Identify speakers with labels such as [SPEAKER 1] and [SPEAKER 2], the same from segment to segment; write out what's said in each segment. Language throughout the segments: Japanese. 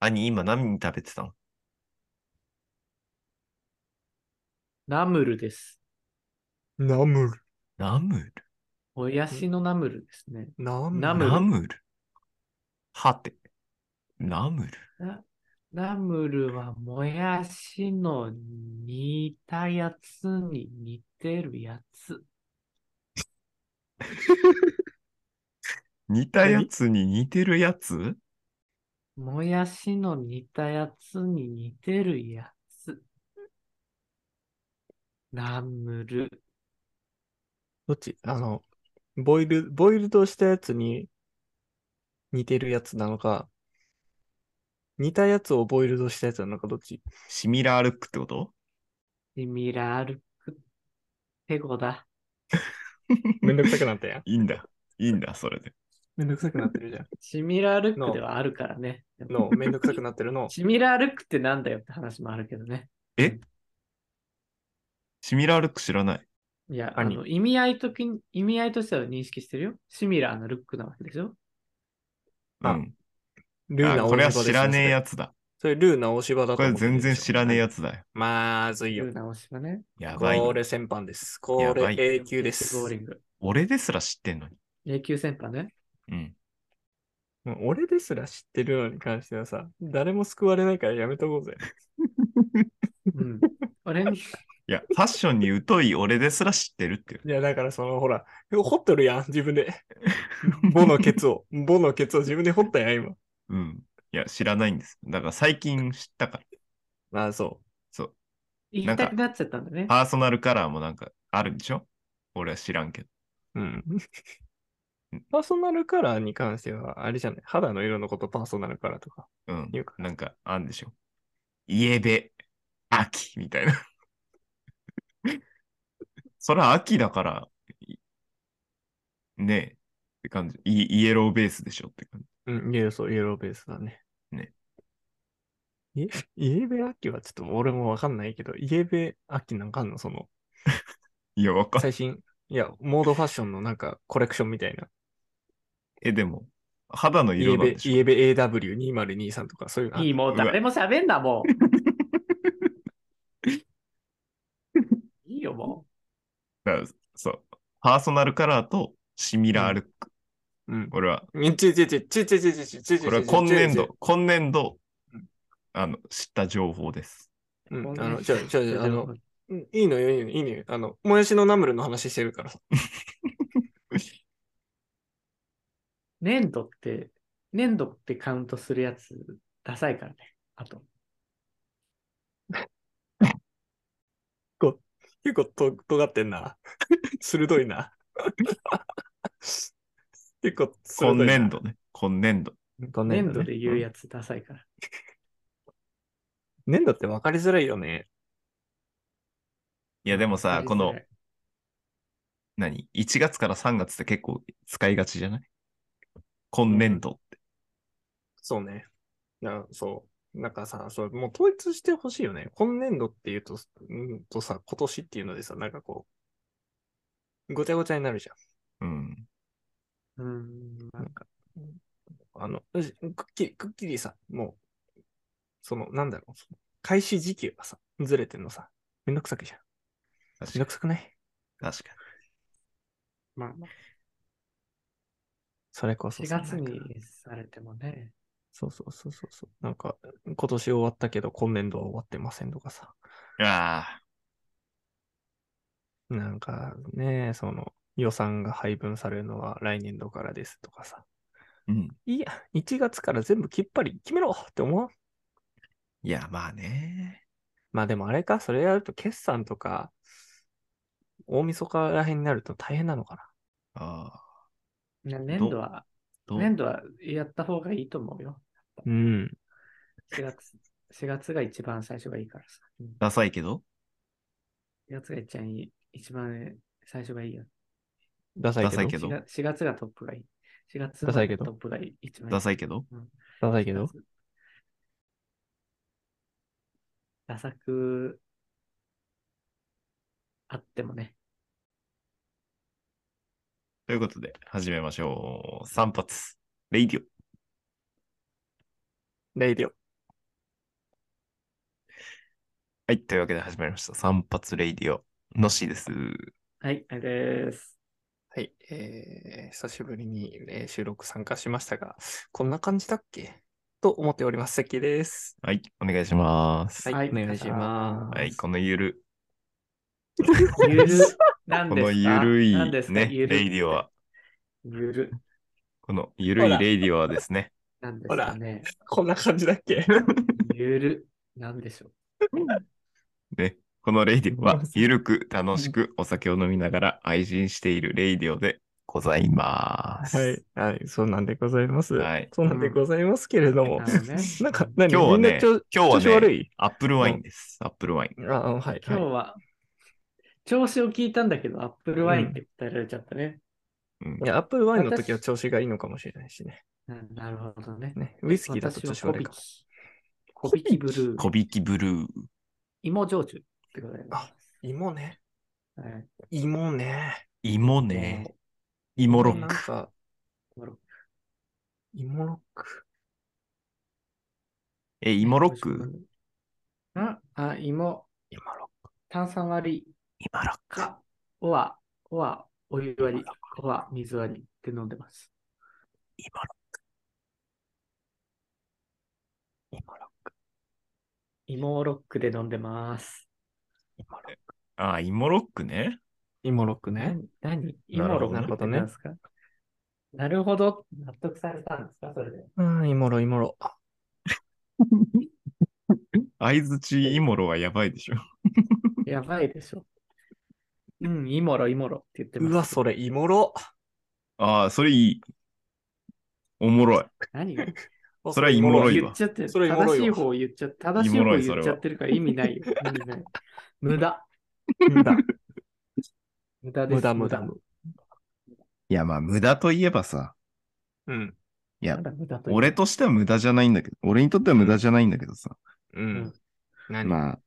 [SPEAKER 1] 兄、今何食べてたの
[SPEAKER 2] ナムルです。
[SPEAKER 3] ナムル。
[SPEAKER 1] ナムル
[SPEAKER 2] もやしのナムルですね。
[SPEAKER 3] ナムル。
[SPEAKER 2] ナムル
[SPEAKER 1] ナムルはて。ナムル
[SPEAKER 2] ナムルはもやしの煮たやつに似てるやつ。
[SPEAKER 1] 似たやつに似てるやつ
[SPEAKER 2] もやしの煮たやつに似てるやつ。ナムル。
[SPEAKER 3] どっちあの、ボイル、ボイルドしたやつに似てるやつなのか、似たやつをボイルドしたやつなのか、どっち
[SPEAKER 1] シミラールックってこと
[SPEAKER 2] シミラールク。ペコだ。
[SPEAKER 3] めんどくさくなっ たやん。
[SPEAKER 1] いいんだ。いいんだ、それで。
[SPEAKER 3] めんどくさくなってるじゃん。
[SPEAKER 2] シミラールック
[SPEAKER 3] No
[SPEAKER 2] ではあるからね。
[SPEAKER 3] の、めんどくさくなってる の。
[SPEAKER 2] シミラールックってなんだよって話もあるけどね。
[SPEAKER 1] シミラールック知らない。
[SPEAKER 2] いや、あ
[SPEAKER 3] 何
[SPEAKER 2] の意味合いとき、意味合いとしては認識してるよ。シミラーなルックなわけでしょ。
[SPEAKER 1] う
[SPEAKER 3] あ
[SPEAKER 1] ん。
[SPEAKER 3] ルー
[SPEAKER 1] あ
[SPEAKER 3] ナ
[SPEAKER 1] これ
[SPEAKER 3] 大
[SPEAKER 1] は
[SPEAKER 3] 芝
[SPEAKER 1] 知
[SPEAKER 3] で
[SPEAKER 1] ら
[SPEAKER 3] す
[SPEAKER 1] ねえ
[SPEAKER 3] ね。
[SPEAKER 1] やつだ。
[SPEAKER 3] それルーナ大芝だ
[SPEAKER 1] こと
[SPEAKER 3] 思
[SPEAKER 1] れ
[SPEAKER 3] ってる
[SPEAKER 1] 全然知らねえや
[SPEAKER 3] つ。
[SPEAKER 1] つだよ。
[SPEAKER 3] まずい
[SPEAKER 2] ル
[SPEAKER 3] よ
[SPEAKER 2] ー。ナオシはね。
[SPEAKER 1] やばい
[SPEAKER 3] こ
[SPEAKER 1] よ。
[SPEAKER 3] れ先般です。こ
[SPEAKER 1] やば
[SPEAKER 3] れ
[SPEAKER 1] い
[SPEAKER 3] 永久
[SPEAKER 2] ボ
[SPEAKER 3] で
[SPEAKER 2] ー
[SPEAKER 3] す
[SPEAKER 2] リ。ング。
[SPEAKER 1] 俺ですら知ってんのに。
[SPEAKER 2] 永久戦犯ね。
[SPEAKER 1] うん。
[SPEAKER 3] もう俺ですら知ってるのに関してはさ、誰も救われないからやめとこうぜ。
[SPEAKER 2] うん。俺に、
[SPEAKER 1] いや、ファッションに疎い俺ですら知ってるっていう。
[SPEAKER 3] いや、だからその、ほら、掘っとるやん、自 分で。ボのケツを。ボのケツを自分で掘ったやん、今。
[SPEAKER 1] うん。いや、知らないんです。だから最近知ったから。
[SPEAKER 3] ああ、そ
[SPEAKER 1] そう。
[SPEAKER 2] 言いたくなっちゃったんだね。
[SPEAKER 1] パーソナルカラーもなんかあるんでしょ俺は知らんけど。
[SPEAKER 3] う。うん。パーソナルカラーに関しては、あれじゃない。肌の色のことパーソナルカラーとか。
[SPEAKER 1] うん
[SPEAKER 3] 言うか。
[SPEAKER 1] なんかあるんでしょイエベ、秋みたいな。 それは秋だから、いねえって感じイ。イエローベースでしょって感じ。
[SPEAKER 3] うん、いや、そう、イエローベースだね。
[SPEAKER 1] ね。
[SPEAKER 3] イエイエベアキはちょっと俺もわかんないけど、イエベアキなんかあんのその、
[SPEAKER 1] いや、わかん
[SPEAKER 3] 最新、いや、モードファッションのなんかコレクションみたいな。
[SPEAKER 1] え、でも、肌の
[SPEAKER 3] イエ
[SPEAKER 1] 色なん
[SPEAKER 3] ベ
[SPEAKER 1] で、しょ
[SPEAKER 3] イエベ AW2023 とかそういうのある。
[SPEAKER 2] いい、もう誰も喋んな、も う。いいよ、も
[SPEAKER 1] だからそう。パーソナルカラーとシミラールック。
[SPEAKER 3] うん。
[SPEAKER 1] 俺は、
[SPEAKER 3] ちちちちちちちちち
[SPEAKER 1] これは今年度、今年度、あの、知った情報です。
[SPEAKER 3] う
[SPEAKER 2] う。
[SPEAKER 3] ん、
[SPEAKER 2] もう
[SPEAKER 3] あの、
[SPEAKER 2] ね
[SPEAKER 3] じゃあ、じゃあじゃあ、あの、、うんいいのよ、いいのよ、いいのよ。あの、もやしのナムルの話してるからさ。
[SPEAKER 2] 粘土って、粘土ってカウントするやつ、ダサいからね。あと、
[SPEAKER 3] 結構と、尖ってんな。 鋭いな。 結構、
[SPEAKER 1] 今
[SPEAKER 3] 鋭いな
[SPEAKER 1] 年度。ね。今年度。
[SPEAKER 3] 今年
[SPEAKER 2] 粘
[SPEAKER 3] 度
[SPEAKER 2] 土
[SPEAKER 3] ね
[SPEAKER 2] で言うやつ、ダサいから。
[SPEAKER 3] うん粘土って分かりづらいよね。
[SPEAKER 1] いや、でも
[SPEAKER 2] わか
[SPEAKER 1] さ、
[SPEAKER 2] りづ
[SPEAKER 1] こ
[SPEAKER 2] ら
[SPEAKER 1] の、
[SPEAKER 2] い
[SPEAKER 1] 何 ?1 月から3月って結構使いがちじゃない今年度って。
[SPEAKER 3] そうね。なそう。なんかさ、そう、もう統一してほしいよね。今年度っていうと、うんとさ、今年っていうのでさ、なんかこう、ごちゃごちゃになるじゃ
[SPEAKER 1] う
[SPEAKER 3] ん。
[SPEAKER 1] ん。
[SPEAKER 2] うん、なんか、
[SPEAKER 3] あの、よしくっきり、くっきりさ、もう、その、なんだろう、その開始時期がさ、ずれてんのさ、めんどくさくじゃん。
[SPEAKER 1] 確
[SPEAKER 3] めんどくさくない
[SPEAKER 1] 確か
[SPEAKER 2] まあまあ、
[SPEAKER 3] それこそ
[SPEAKER 2] 4
[SPEAKER 3] さ。
[SPEAKER 2] 月
[SPEAKER 3] なんか
[SPEAKER 2] にされてもね。
[SPEAKER 3] そうそうそうそうそう。なんか、今年終わったけど、今年度は終わってませんとかさ。
[SPEAKER 1] に。ああ、
[SPEAKER 3] なんかね、その、予算が配分されるのは来年度からですとかさ。
[SPEAKER 1] うん。
[SPEAKER 3] いいや、1月から全部きっぱり決めろって思わん
[SPEAKER 1] いや、まあね。
[SPEAKER 3] まあでもあれか、それやると決算とか、大晦日らへんになると大変なのかな。
[SPEAKER 1] ああ、
[SPEAKER 2] ね粘土は、
[SPEAKER 1] どう
[SPEAKER 2] 粘土はやった方がいいと思うよ。
[SPEAKER 3] うん。
[SPEAKER 2] 4月、4月が一番最初がいいからさ。うん
[SPEAKER 1] ダサいけど
[SPEAKER 2] 4月が一番いい。一番最初がいいよ。
[SPEAKER 3] ダサい
[SPEAKER 1] ダ
[SPEAKER 3] け
[SPEAKER 1] サ
[SPEAKER 3] ど
[SPEAKER 1] い。けど
[SPEAKER 2] 4月4月がトップがいい。4月
[SPEAKER 3] ダサいけ
[SPEAKER 2] が
[SPEAKER 3] ど
[SPEAKER 2] トップがいい。一番
[SPEAKER 1] ダサいけど
[SPEAKER 3] ダサい
[SPEAKER 2] け
[SPEAKER 3] けど。
[SPEAKER 2] ダサくあってもね。
[SPEAKER 1] ということで、始めましょう。散髪、レイディオ。
[SPEAKER 3] レイディオ。
[SPEAKER 1] はい、というわけで始まりました。散髪レイディオ、のっしーです。
[SPEAKER 2] はい、あれです。
[SPEAKER 3] はい、えー、久しぶりに、えー収録参加しましたが、こんな感じだっけと思っております。関です。
[SPEAKER 1] はい、お願いします。
[SPEAKER 3] はい、お願いします。
[SPEAKER 1] はい、このゆる、
[SPEAKER 2] ゆる、なん
[SPEAKER 1] こ
[SPEAKER 2] です
[SPEAKER 1] の
[SPEAKER 2] か
[SPEAKER 1] ゆるい
[SPEAKER 2] なんですか
[SPEAKER 1] ね、
[SPEAKER 2] ゆる
[SPEAKER 1] レイディオは、
[SPEAKER 2] ゆる、
[SPEAKER 1] このゆるいレイディオはですね、
[SPEAKER 2] なんですかね。
[SPEAKER 3] こんな感じだっけ
[SPEAKER 2] ゆる、なんでしょう。
[SPEAKER 1] ね、このレイディオは、ゆるく楽しくお酒を飲みながら愛人しているレイディオでございます。
[SPEAKER 3] はい、 はい、そうなんでございます。
[SPEAKER 1] はい
[SPEAKER 3] そうなんでございますけれども、
[SPEAKER 2] なるほどね
[SPEAKER 3] なんか、何
[SPEAKER 1] 今日は
[SPEAKER 3] みん
[SPEAKER 1] ね
[SPEAKER 3] なちょ、
[SPEAKER 1] 今日はね
[SPEAKER 3] 調子悪い
[SPEAKER 1] アップルワインです。アップルワイン。
[SPEAKER 3] あ、あはい、
[SPEAKER 2] 今日
[SPEAKER 3] はい。
[SPEAKER 2] は、調子を聞いたんだけど、アップルワインって答えられちゃったね。
[SPEAKER 1] うん
[SPEAKER 3] いや、アップルワインの時は調子がいいのかもしれないしね。
[SPEAKER 2] うんなるほどね。
[SPEAKER 3] ねウイスキーだと調子悪いかも。
[SPEAKER 2] 私は小引き。小引きブルー。
[SPEAKER 1] 小引きブルー。
[SPEAKER 2] 芋焼酎ってことでございます。
[SPEAKER 3] 芋ね。
[SPEAKER 2] はい
[SPEAKER 3] 芋ね。
[SPEAKER 1] 芋ね。芋ロッ
[SPEAKER 3] なん
[SPEAKER 1] ク。
[SPEAKER 3] か、
[SPEAKER 2] 芋ロック
[SPEAKER 3] 芋ロック。
[SPEAKER 1] え、芋ロック
[SPEAKER 2] んあ、芋、
[SPEAKER 3] 芋ロッ
[SPEAKER 2] 炭酸割り
[SPEAKER 1] 芋ロック。
[SPEAKER 2] か、おは、おは、お湯割り、おは、水割りって飲んでます。
[SPEAKER 1] 芋ロッ
[SPEAKER 3] ク。芋ロック。
[SPEAKER 2] 芋ロックで飲んでます。
[SPEAKER 3] 芋ロック。
[SPEAKER 1] ク。あ、芋ロック ね。
[SPEAKER 3] 芋ロックね。
[SPEAKER 2] 何何
[SPEAKER 1] な
[SPEAKER 2] 芋
[SPEAKER 1] るほど
[SPEAKER 2] ロックってなんですかなるほど。納得されたんですかそれで。
[SPEAKER 3] うん、芋ろ芋ろ。
[SPEAKER 1] 相づち芋ロはやばいでしょ。
[SPEAKER 2] やばいでしょ。うん、芋ロ、芋ロって言ってます。
[SPEAKER 3] うわ、それ芋ろ。
[SPEAKER 1] ああ、それいい。おもろい。
[SPEAKER 2] 何が
[SPEAKER 1] それは芋ろい
[SPEAKER 2] 言
[SPEAKER 1] わ
[SPEAKER 2] っちゃってる。
[SPEAKER 3] それおもろ
[SPEAKER 2] 正
[SPEAKER 3] いわ
[SPEAKER 2] しい方を言っちゃ正しい
[SPEAKER 1] お
[SPEAKER 2] 方
[SPEAKER 1] も
[SPEAKER 2] を
[SPEAKER 1] ろいそれ
[SPEAKER 2] 言
[SPEAKER 1] は
[SPEAKER 2] っちゃってるから意味ないよ。意味ない。無駄。
[SPEAKER 3] 無駄、
[SPEAKER 2] 無駄です。
[SPEAKER 3] 無駄、無駄。
[SPEAKER 1] いや、まあ、無駄といえばさ、
[SPEAKER 3] うん。
[SPEAKER 1] いや
[SPEAKER 2] ま、だ無駄という
[SPEAKER 1] 俺としては無駄じゃないんだけど、俺にとっては無駄じゃないんだけどさ、
[SPEAKER 3] うん。何
[SPEAKER 1] まあ、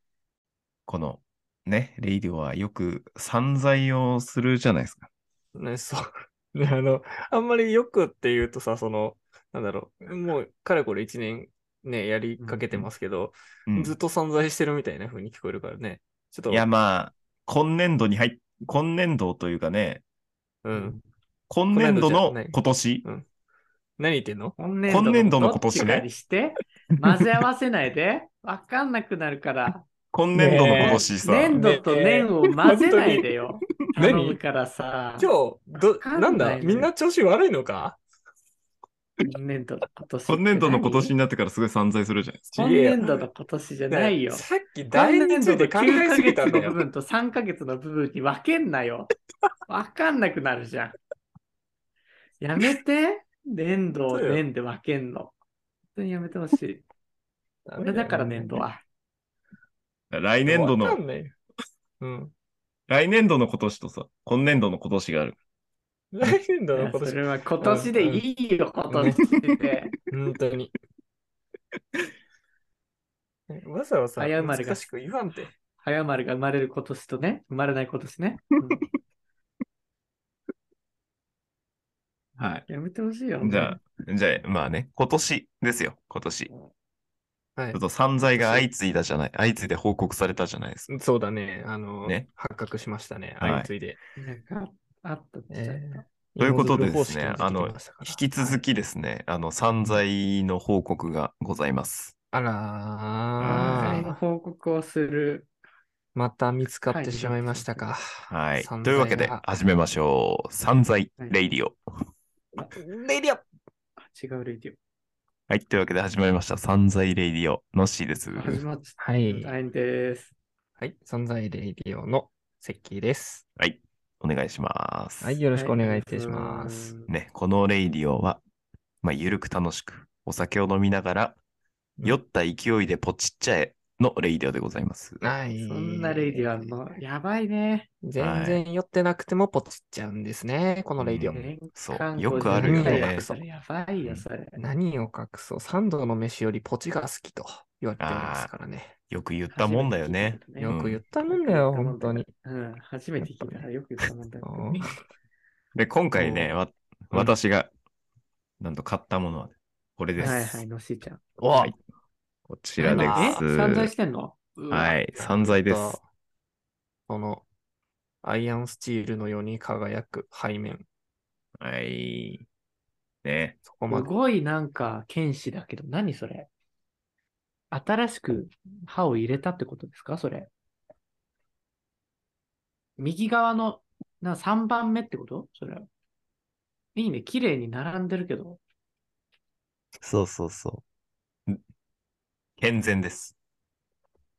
[SPEAKER 1] この、ね、レイディオはよく散財をするじゃないですか。
[SPEAKER 3] ね、そう。 ね、あの、あんまりよくって言うとさ、その、なんだろう、もう、かれこれ1年、ね、やりかけてますけど、
[SPEAKER 1] うん
[SPEAKER 3] ずっと散財してるみたいな風に聞こえるからね。ちょっと、
[SPEAKER 1] いや、まあ、今年度に入っ、今年度というかね、
[SPEAKER 3] うん。
[SPEAKER 1] 今年度の
[SPEAKER 3] 今年度じゃない
[SPEAKER 1] 今年、
[SPEAKER 3] 何言ってんの
[SPEAKER 2] 今
[SPEAKER 1] 今年度の今
[SPEAKER 2] どっ
[SPEAKER 1] 年
[SPEAKER 2] ち
[SPEAKER 1] ね
[SPEAKER 2] かにして、混ぜ合わせないで。わかんなくなるから。
[SPEAKER 1] 今年度の今年さ、
[SPEAKER 2] 年度と年を混ぜないでよ。
[SPEAKER 3] ねえ
[SPEAKER 2] 頼むからさ。
[SPEAKER 3] 今日、ど、
[SPEAKER 2] かんな
[SPEAKER 3] ないんだ
[SPEAKER 2] ね
[SPEAKER 3] みんな調子悪いのか
[SPEAKER 2] 今年度の今年。
[SPEAKER 1] 今年度の今年。になってからすごい散財するじゃないですか。
[SPEAKER 2] 今年度の今年じゃないよ
[SPEAKER 3] ね。さっき大について考えすぎたんだ
[SPEAKER 2] 今年度の9ヶ月の部
[SPEAKER 3] よ。
[SPEAKER 2] 分と3ヶ月の部分に分けんなよ。分かんなくなるじゃん。やめて。年度を年で分けんの。本当にやめてほしい。俺だから年度は。
[SPEAKER 1] 来年度
[SPEAKER 3] わか
[SPEAKER 1] の、
[SPEAKER 3] んないようん。
[SPEAKER 1] 来年度の今年とさ、今年度の今年がある。
[SPEAKER 3] 来年度の
[SPEAKER 2] い
[SPEAKER 3] 今
[SPEAKER 2] やそ
[SPEAKER 3] 年、
[SPEAKER 2] れは今年でいいよ、今年で。
[SPEAKER 3] 本当 に。ねわざわざ
[SPEAKER 2] 謝るが
[SPEAKER 3] 難しく言わんて。
[SPEAKER 2] 早丸が生まれる今年とね、生まれない今年ね。うん
[SPEAKER 1] はい。
[SPEAKER 2] やめてほしいよ。
[SPEAKER 1] じゃあ、じゃあ、まあね、今年ですよ、今年。ち
[SPEAKER 3] はい
[SPEAKER 1] ょっ。と散財が相次いだじゃない、相次いで報告されたじゃないですか。
[SPEAKER 3] そうだね。あの、
[SPEAKER 1] ね
[SPEAKER 3] 発覚しましたね。
[SPEAKER 1] はい
[SPEAKER 3] 相次いで。
[SPEAKER 2] なんかあったってちゃっ
[SPEAKER 3] えー
[SPEAKER 1] ということでですね
[SPEAKER 3] 芋づる方式が出てきましたから
[SPEAKER 1] 引き続きですね、あの、散財の報告がございます。
[SPEAKER 3] あら
[SPEAKER 2] た。
[SPEAKER 1] あ
[SPEAKER 2] 最
[SPEAKER 3] ー
[SPEAKER 2] 後報告をする。
[SPEAKER 3] また見つかってしまいましたか。
[SPEAKER 1] はい。
[SPEAKER 3] 散財が
[SPEAKER 1] というわけで、始めましょう。散財
[SPEAKER 2] はい
[SPEAKER 1] レイディオ。
[SPEAKER 3] レディ
[SPEAKER 2] あ違うレイディ
[SPEAKER 1] はい。というわけで始まりました。散財レイディオのっしーです。
[SPEAKER 2] オ。始まっち
[SPEAKER 3] は
[SPEAKER 2] ゃっ
[SPEAKER 3] い
[SPEAKER 2] た。。大変です。
[SPEAKER 3] はい。存在レディオの関です。
[SPEAKER 1] お願いします。
[SPEAKER 3] はい。よろしくお願いいたします。
[SPEAKER 2] はい。
[SPEAKER 1] ね、このレイディオは、まあ、ゆるく楽しく、お酒を飲みながら、酔った勢いでポチっちゃえのレイディオでございます。
[SPEAKER 3] はい。
[SPEAKER 2] そんなレイディオあんの、やばいね。
[SPEAKER 3] 全然酔ってなくてもポチっちゃうんですね。このレイディオ。
[SPEAKER 1] うん
[SPEAKER 2] 年
[SPEAKER 1] そう
[SPEAKER 2] 間
[SPEAKER 1] よくある
[SPEAKER 3] よね
[SPEAKER 2] 50回それやばいよ、それ。
[SPEAKER 3] 何を隠そう。三度の飯よりポチが好きと言われてますからね。
[SPEAKER 1] よく言ったもんだよね。
[SPEAKER 2] 初めて聞いたね
[SPEAKER 1] うん
[SPEAKER 3] よく言ったもんだよ、本当に。
[SPEAKER 2] うん、初めて聞いたからよく言ったもんだけど
[SPEAKER 3] うん
[SPEAKER 2] ね。
[SPEAKER 1] で、今回ね、わ
[SPEAKER 3] うん
[SPEAKER 1] 私が、なんと買ったものは、これです。
[SPEAKER 2] はいはい、のしーちゃん。
[SPEAKER 1] おこちらで
[SPEAKER 3] あ
[SPEAKER 2] え、散財してんの。
[SPEAKER 1] はいい、散財です。
[SPEAKER 3] なんか。この、アイアンスチールのように輝く背面。
[SPEAKER 1] はい。ね。
[SPEAKER 3] そこますで。
[SPEAKER 2] ごいなんか、剣士だけど、何それ新しく歯を入れたってことですかそれ。右側の、な3番目ってことそれ。いいね。綺麗に並んでるけど。
[SPEAKER 1] そうそうそう。健全です。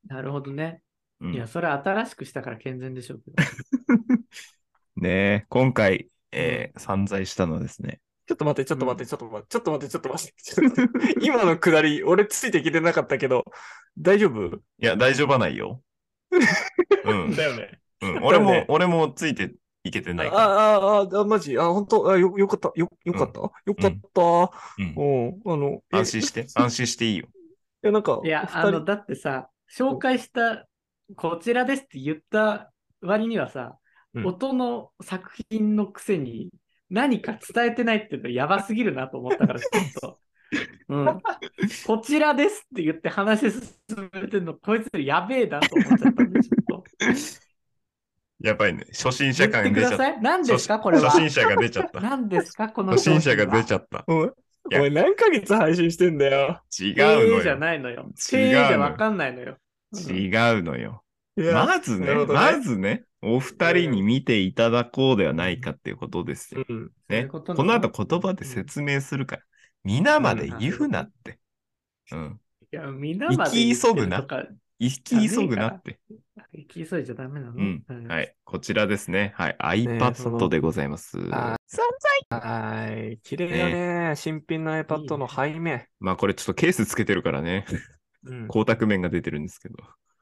[SPEAKER 2] なるほどね。
[SPEAKER 1] うん
[SPEAKER 2] いや、それ新しくしたから健全でしょうけど。
[SPEAKER 1] ねえ、今回、えー散財したのはですね。
[SPEAKER 3] ちょっと待って、ちょっと待って、ちょっと待って、ちょっと待って、ちょっと待って。ちょっと待って 今のくだり、俺ついてきてなかったけど、大丈夫
[SPEAKER 1] いや、大丈夫はない よ。 うん、
[SPEAKER 3] だよね。
[SPEAKER 1] うん。俺
[SPEAKER 3] だよね
[SPEAKER 1] も、俺もついていけて
[SPEAKER 3] あ
[SPEAKER 1] ないから。
[SPEAKER 3] あ、ああ、マジ、あ、本当あよ、よかった、よ、よかった、よかった。
[SPEAKER 1] うん
[SPEAKER 3] うん、あの、え
[SPEAKER 1] 安心して、安心していいよ。
[SPEAKER 3] いや、なんか、
[SPEAKER 2] いや、
[SPEAKER 3] 二
[SPEAKER 2] あの、
[SPEAKER 3] 人
[SPEAKER 2] だってさ、紹介した、こちらですって言った割にはさ、
[SPEAKER 3] うん
[SPEAKER 2] 音の作品のくせに何か伝えてないっていうのやばすぎるなと思っ たから、ちょっと。うん、こちらですって言って話進めてるの、こいつやべえなと思っちゃったんで、ちょっと。
[SPEAKER 1] やばいね。初心
[SPEAKER 2] 言
[SPEAKER 1] 者
[SPEAKER 2] っ
[SPEAKER 1] 感
[SPEAKER 2] て
[SPEAKER 1] が
[SPEAKER 2] く
[SPEAKER 1] 出ちゃっ
[SPEAKER 2] だ
[SPEAKER 1] た。
[SPEAKER 2] さい。何ですか、
[SPEAKER 1] 初
[SPEAKER 2] これは。
[SPEAKER 1] 初心者が出ちゃった。
[SPEAKER 2] 何ですか、この
[SPEAKER 1] 初心者が出ち
[SPEAKER 2] ゃ
[SPEAKER 1] ゃった。
[SPEAKER 3] お前
[SPEAKER 1] いや
[SPEAKER 3] お前何ヶ月配信してんだよ。
[SPEAKER 1] 違
[SPEAKER 2] 経
[SPEAKER 1] う
[SPEAKER 2] 営
[SPEAKER 1] の
[SPEAKER 2] じゃ
[SPEAKER 1] よ。
[SPEAKER 2] ないの
[SPEAKER 1] 違
[SPEAKER 2] よ。
[SPEAKER 1] うの
[SPEAKER 2] 経営
[SPEAKER 1] よ
[SPEAKER 2] じゃわかんないのよ。うん
[SPEAKER 1] 違うのよ。
[SPEAKER 3] いや、
[SPEAKER 1] まず
[SPEAKER 3] な
[SPEAKER 1] ね、
[SPEAKER 3] るほどね
[SPEAKER 1] まずね、お二人に見ていただこうではないかっていうことですよ。
[SPEAKER 3] う
[SPEAKER 2] そ
[SPEAKER 3] ん、
[SPEAKER 2] ういう
[SPEAKER 1] ね。
[SPEAKER 2] こ
[SPEAKER 1] こと
[SPEAKER 2] な
[SPEAKER 1] の後言葉で説明するから、皆まで言うなって。うん。
[SPEAKER 2] いや、みんなまで言ってるとか
[SPEAKER 1] 行き急ぐなって。
[SPEAKER 2] 行き急いじゃダメなの、
[SPEAKER 1] うん
[SPEAKER 2] う。ん
[SPEAKER 1] はい。こちらですね。はい。
[SPEAKER 3] そ
[SPEAKER 1] iPad
[SPEAKER 3] の
[SPEAKER 1] でございます。
[SPEAKER 3] あはーい、綺麗だね。新品の iPad の背面。
[SPEAKER 1] まあこれちょっとケースつけてるからね、
[SPEAKER 3] うん、
[SPEAKER 1] 光沢面が出てるんですけど。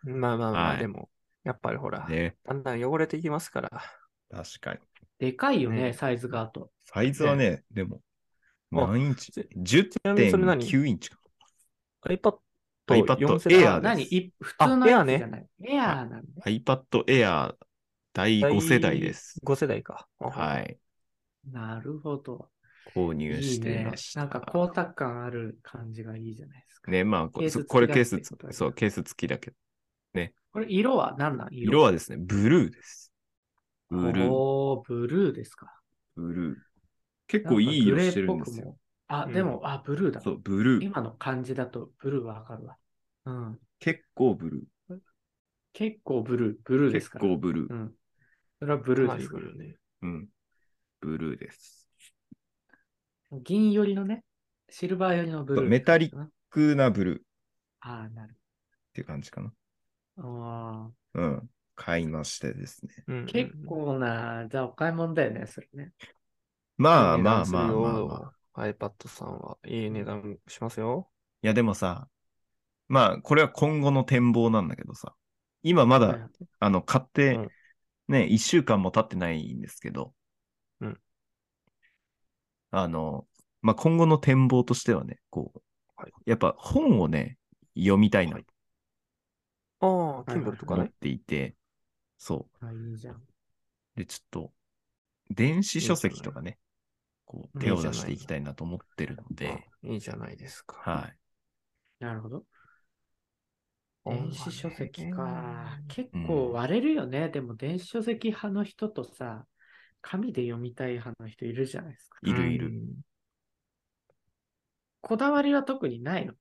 [SPEAKER 3] まあまあまあ、
[SPEAKER 1] はい
[SPEAKER 3] でも、やっぱりほら、
[SPEAKER 1] ね。
[SPEAKER 3] だんだん汚れていきますから。
[SPEAKER 1] 確かに。
[SPEAKER 2] でかいよね、
[SPEAKER 3] ね
[SPEAKER 2] サイズがあと。
[SPEAKER 1] サイズはね、でも、
[SPEAKER 3] あ
[SPEAKER 1] 何インチ
[SPEAKER 3] ち
[SPEAKER 1] ?10.9 インチか。
[SPEAKER 3] iPad
[SPEAKER 1] iPad
[SPEAKER 3] 4世
[SPEAKER 1] Air
[SPEAKER 3] 代
[SPEAKER 1] あ
[SPEAKER 2] 何
[SPEAKER 1] です
[SPEAKER 2] い普通のやつじゃない。エアーなんだね。
[SPEAKER 1] iPad Air 第5世代です。
[SPEAKER 3] 5世代か。い。
[SPEAKER 1] はい。
[SPEAKER 2] なるほど。
[SPEAKER 1] 購入
[SPEAKER 2] いい
[SPEAKER 1] してい
[SPEAKER 2] ね
[SPEAKER 1] まし。た。
[SPEAKER 2] なんか光沢感ある感じがいいじゃないですか。
[SPEAKER 1] ね、まあ、こ
[SPEAKER 2] ケース付き
[SPEAKER 1] これ
[SPEAKER 2] だ
[SPEAKER 1] ケース
[SPEAKER 2] ってことだ
[SPEAKER 1] 付き、そ
[SPEAKER 2] よね
[SPEAKER 1] う、ケース付きだけど。
[SPEAKER 2] これ色は何なん
[SPEAKER 1] 色はですね、ブルーです。ブルー。
[SPEAKER 2] おー、ブルーですか。
[SPEAKER 1] ブルー。結構いい色してるんです
[SPEAKER 2] な
[SPEAKER 1] よ。
[SPEAKER 2] んかグレ
[SPEAKER 3] うん
[SPEAKER 2] ーっぽくもあ、でも、あ、ブルーだ。
[SPEAKER 1] そう、ブルー。
[SPEAKER 2] 今の感じだとブルーはわかるわ。うん。
[SPEAKER 1] 結構ブル
[SPEAKER 2] 結構ブルー、ブルー
[SPEAKER 1] ー。
[SPEAKER 2] です
[SPEAKER 1] 結
[SPEAKER 2] から。
[SPEAKER 1] 構ブルー
[SPEAKER 2] う。ん。それはブルーです
[SPEAKER 3] か
[SPEAKER 2] から
[SPEAKER 3] なりブルーね。
[SPEAKER 1] うん。ブルーです。
[SPEAKER 2] 銀寄りのね、シルバー寄りのブルー。
[SPEAKER 1] メタリッククーなブルーっ
[SPEAKER 2] ああ、なる
[SPEAKER 1] ていう感じかな。
[SPEAKER 2] あ
[SPEAKER 1] うん。買いましてですね。
[SPEAKER 3] うんうん
[SPEAKER 2] ー結構な、じゃあお買い物だよね、それね。
[SPEAKER 1] まあ
[SPEAKER 3] いい値
[SPEAKER 1] まあ
[SPEAKER 3] 段する
[SPEAKER 1] まあ
[SPEAKER 3] よ
[SPEAKER 1] まあまあ。
[SPEAKER 3] iPad さんはいい値段しますよ。
[SPEAKER 1] いやでもさ、まあこれは今後の展望なんだけどさ、今まだ、あの、買って、
[SPEAKER 3] うん
[SPEAKER 1] ね、1週間も経ってないんですけど、
[SPEAKER 3] うん
[SPEAKER 1] あの、まあ、今後の展望としてはね、こう、
[SPEAKER 3] はい
[SPEAKER 1] やっぱ本をね、読みたいな
[SPEAKER 3] は
[SPEAKER 1] と
[SPEAKER 3] いああ、Kindle とか
[SPEAKER 1] 思っ
[SPEAKER 3] ね。
[SPEAKER 1] ていて、そ
[SPEAKER 2] あ、いいじゃん。
[SPEAKER 1] う。で、ちょっと、電子書籍とかね、こう、
[SPEAKER 2] いいじ
[SPEAKER 1] 手
[SPEAKER 2] ゃ
[SPEAKER 1] を
[SPEAKER 2] ない
[SPEAKER 1] 出していきたいなと思ってるので、
[SPEAKER 3] いいじゃないですか。
[SPEAKER 1] はい。
[SPEAKER 2] なるほど。
[SPEAKER 3] 本はね
[SPEAKER 2] 電子書籍か。結構
[SPEAKER 1] うん
[SPEAKER 2] 割れるよね。でも電子書籍派の人とさ、紙で読みたい派の人いるじゃないですか。
[SPEAKER 1] いるいる。
[SPEAKER 3] うん
[SPEAKER 2] こだわりは特にないの。